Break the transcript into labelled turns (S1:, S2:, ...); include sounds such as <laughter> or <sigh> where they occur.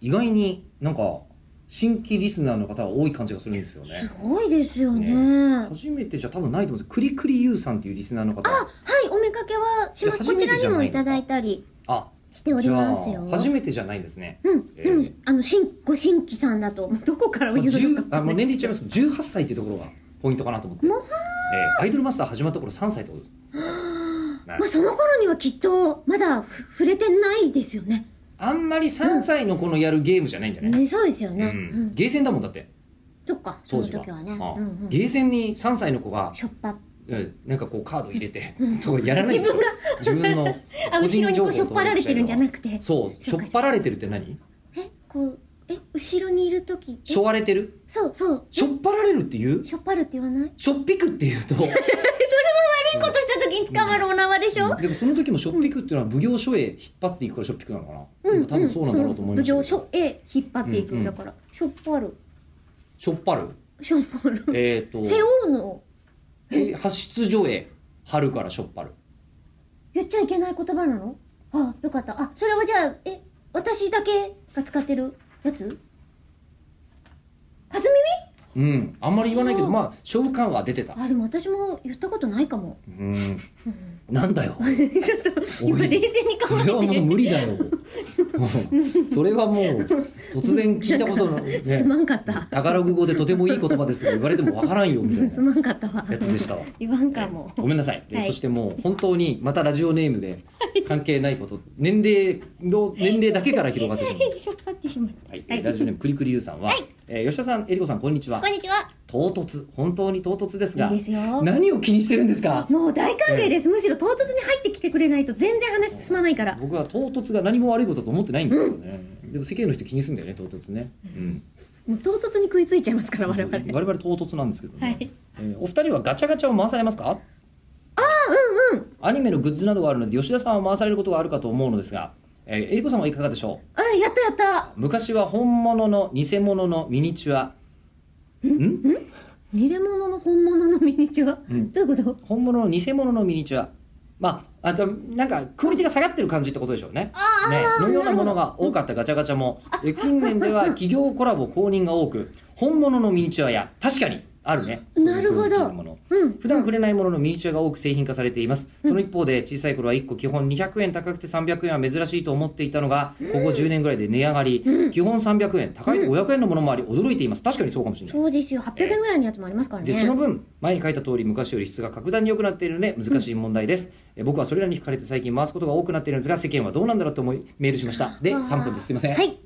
S1: 意外になんか新規リスナーの方が多い感じがするんですよ
S2: <laughs>
S1: ね
S2: すごいですよねはい
S1: 初めてじゃ多分ないと思うんですクリクリユーさんっていうリスナーの方
S2: お見かけはします
S1: い
S2: こ
S1: や初
S2: ち
S1: め
S2: ら
S1: て
S2: に
S1: じゃ
S2: も
S1: ない
S2: いただいたり
S1: あ
S2: しており
S1: じゃ
S2: ますよ
S1: あ初めてじゃないんですね
S2: うん、
S1: えー
S2: でもあの新ご新規さんだと <laughs> どこからを
S1: まあ
S2: 言う
S1: 10
S2: のか
S1: あもう年齢違いますけど18歳っていうところがポイントかなと思って
S2: もは
S1: えーアイドルマスター始まった頃3歳ってことです
S2: まあ、その頃にはきっとまだふ触れてないですよね
S1: あんまり3歳の子のやるゲームじゃないんじゃない、
S2: ねそうですよ
S1: う
S2: ね、うん
S1: んゲーセンだもんだって
S2: そっかそ
S1: 当
S2: の
S1: 時は
S2: 時はね
S1: ああ
S2: うんうん
S1: ゲーセンに3歳の子が、
S2: しょっぱ
S1: うんなんかこうカード入れて
S2: うん
S1: とかやらないでしょ自分の
S2: <laughs> あ
S1: 個
S2: 後
S1: 人
S2: ろに
S1: 情
S2: こ
S1: 報
S2: うしょっぱられてるんじゃなくて
S1: そうしょっぱられてるって何
S2: えこうえ後ろにいる時え
S1: しょわれてる
S2: そうそう
S1: しょっぱられるっていう
S2: えしょっぱるって言わない
S1: しょっぴくっていう
S2: <laughs>
S1: と
S2: いいことした時に捕まるお縄でしょ、
S1: でもその時もしょっぴくっていうのは奉行所へ引っ張っていくからしょっぴくなのかな、
S2: うん
S1: でも多分そうなんだろうと思います
S2: その奉行所へ引っ張っていく、
S1: うんうん
S2: だからしょっぱる
S1: しょっぱる
S2: しょっぱる
S1: えっ、と
S2: 背負うの
S1: えー発出所へ春からしょっぱる
S2: 言っちゃいけない言葉なのあよかったあそれはじゃあえ私だけが使ってるやつ初
S1: うんあんまり言わないけど
S2: そう
S1: まあしょう感は出てた
S2: 耳あでも私も言ったことないかも、
S1: うん
S2: うん <laughs>
S1: なんだよ
S2: うんちょっと今
S1: お
S2: 冷
S1: い
S2: 静に
S1: そ
S2: 考
S1: れは
S2: え
S1: も
S2: て
S1: う
S2: る
S1: 無理だよそれはもう突然聞いたことの
S2: <laughs> す
S1: ね
S2: まんかった、
S1: タガログ語でとてもいい言葉ですとか言われてもわからんよみたい
S2: す
S1: な
S2: まんかったわ
S1: やつでしたわ
S2: 言わんかも、
S1: ごめんなさい、で
S2: はい
S1: そしてもう本当にまたラジオネームで関係ないこと年齢の年齢だけから広がってしまう、
S2: <laughs> しょっぱってしまった
S1: はい
S2: はい
S1: えーラジオネームくりくりゆうさんは、えー吉田さんえりこさんこんにちは
S2: こんにちは
S1: 唐突本当に唐突ですが
S2: いいですよ
S1: 何を気にしてるんですか
S2: もう大歓迎です、むしろ唐突に入ってきてくれないと全然話進まないから
S1: 僕は唐突が何も悪いことだと思ってないんですけどね、でも世間の人気にするんだよね唐突ね、うん、
S2: もう唐突に食いついちゃいますから我々
S1: 我々唐突なんですけどね、
S2: はい
S1: えーお二人はガチャガチャを回されますかあうんうんアニメのグッズなどがあるので吉田さんは回されることがあるかと思うのですが、えー、えりこさんはいかがでしょう
S2: あやったやった
S1: 昔は本物の偽物のミニチュアん
S2: 偽物の本物のミニチュア、
S1: うん
S2: どういうこと
S1: 本物の偽物のミニチュアまああとなんかクオリティが下がってる感じってことでしょうねねのようなものが多かったガチャガチャもえ近年で
S2: <laughs>
S1: は企業コラボ公認が多く本物のミニチュアや確かにあるね
S2: なるほど
S1: そういうもの
S2: うん
S1: 普段触れないもののミニチュアが多く製品化されています、その一方で小さい頃は1個基本200円高くて300円は珍しいと思っていたのがここ10年ぐらいで値上がり、基本300円高いと500円のものもあり驚いています確かにそうかもしれない
S2: そうですよ800円ぐらいのやつもありますからね、
S1: でその分前に書いた通り昔より質が格段に良くなっているので難しい問題です、え僕はそれらに惹かれて最近回すことが多くなっているんですが世間はどうなんだろうと思いメールしましたで
S2: あー
S1: 3分ですすいません、
S2: はい